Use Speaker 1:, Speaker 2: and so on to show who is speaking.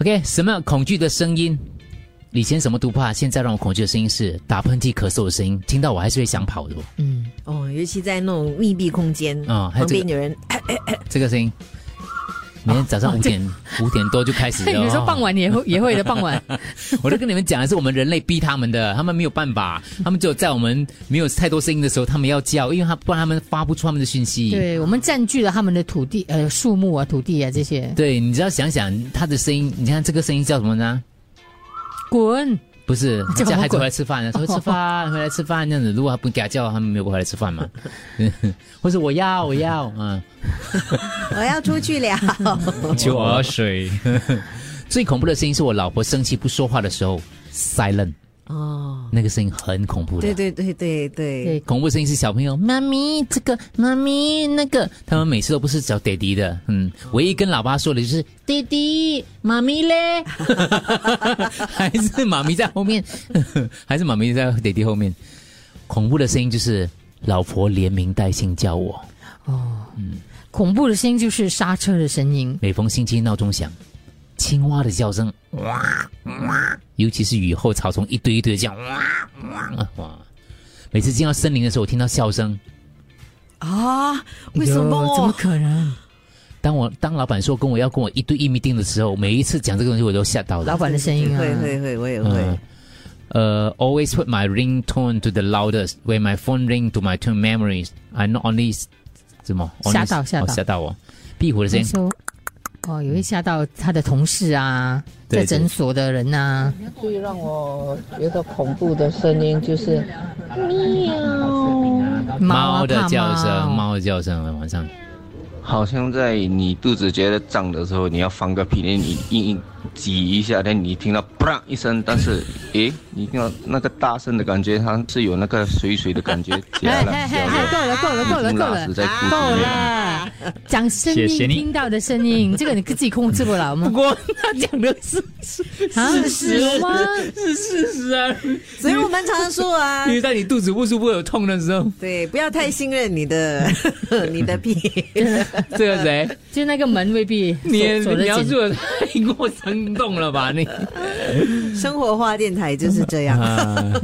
Speaker 1: OK，什么恐惧的声音？以前什么都不怕，现在让我恐惧的声音是打喷嚏、咳嗽的声音，听到我还是会想跑的哦。
Speaker 2: 嗯，哦，尤其在那种密闭空间，
Speaker 3: 哦
Speaker 1: 啊还有
Speaker 2: 旁
Speaker 1: 这个
Speaker 2: 边有人，哎
Speaker 1: 这个声音，每天早上五点五、点多就开 始了。哦
Speaker 3: 有时候傍晚也会也会的，傍晚
Speaker 1: 我就跟你们讲的是我们人类逼他们的，他们没有办法，他们只有在我们没有太多声音的时候，他们要叫，因为他不然他们发不出他们的讯息。
Speaker 3: 对我们占据了他们的土地，呃，树木啊、土地啊这些，
Speaker 1: 对，你只要想想他的声音，你看这个声音叫什么呢？
Speaker 3: 滚！
Speaker 1: 不是
Speaker 3: 叫
Speaker 1: 叫
Speaker 3: 我
Speaker 1: 孩子
Speaker 3: 滚
Speaker 1: 回来吃饭，啊说吃饭，回来吃饭这样子。如果他不给他叫，他们没有回来吃 饭嘛？ 或者我要我要啊，
Speaker 2: 哎我要出去 了。
Speaker 4: 求我水。
Speaker 1: 最恐怖的声音是我老婆生气不说话的时候，silent，
Speaker 2: 哦，
Speaker 1: 那个声音很恐怖的。
Speaker 2: 对对对对对，
Speaker 3: 对
Speaker 1: 恐怖声音是小朋友，妈咪这个，妈咪那个，他们每次都不是找爹地的，嗯，唯一跟老爸说的就是 爹地，妈咪嘞，还是妈咪在后面， 还是妈咪在爹地后面。恐怖的声音就是老婆连名带姓叫我，
Speaker 3: 恐怖的声音就是刹车的声音，
Speaker 1: 每逢星期闹钟响，青蛙的叫声，哇哇，尤其是雨后草丛一堆一堆的叫，哇哇啊哇，每次进到森林的时候，我听到笑声。
Speaker 2: 啊，为什
Speaker 3: 哟怎么
Speaker 2: 么？
Speaker 3: 可能？
Speaker 1: 当我当老板说跟我要跟我一对一 meeting 的时候，每一次讲这个东西我都吓到了。
Speaker 3: 老板的声音啊，
Speaker 2: 会会会，我也
Speaker 1: 嗯
Speaker 2: 会。
Speaker 1: 呃，always put my ringtone to the loudest when my phone ring to my tune memories. I not only 什么 only-
Speaker 3: 吓到吓到
Speaker 1: 哦吓到我，壁虎的声
Speaker 3: 那
Speaker 1: 音
Speaker 3: 时候哦，也会吓到他的同事啊，
Speaker 1: 对
Speaker 3: 在诊所的人啊呐、
Speaker 5: 最让我觉得恐怖的声音就是喵。
Speaker 3: 啊，
Speaker 1: 猫的叫声，
Speaker 3: 猫啊
Speaker 1: 猫的叫声，晚上
Speaker 6: 好像在你肚子觉得胀的时候，你要放个屁，你硬硬挤一下，但你听到“啪”一声，但是，诶，你听到那个大声的感觉，它是有那个水水的感觉，加了
Speaker 3: 哎
Speaker 6: 加
Speaker 3: 哎，
Speaker 6: 了，
Speaker 3: 够了够 了够了
Speaker 6: 已经
Speaker 3: 够
Speaker 6: 拉
Speaker 3: 了
Speaker 6: 屎在肚
Speaker 3: 够
Speaker 6: 子里面。
Speaker 3: 了，讲声
Speaker 4: 谢谢
Speaker 3: 音
Speaker 4: 你
Speaker 3: 听到的声音，这个你自己控制不了吗？不过他讲的是事实吗？
Speaker 1: 是事实啊。
Speaker 2: 所以我们常说啊
Speaker 1: 因，为在你肚子不舒服、有痛的时候，
Speaker 2: 对，不要太信任你的 你的 屁。
Speaker 1: 这个谁，
Speaker 3: 就那个门未必锁锁得紧。
Speaker 1: 的太过生动了吧？你
Speaker 2: 生活化电台就是这样。
Speaker 1: 啊。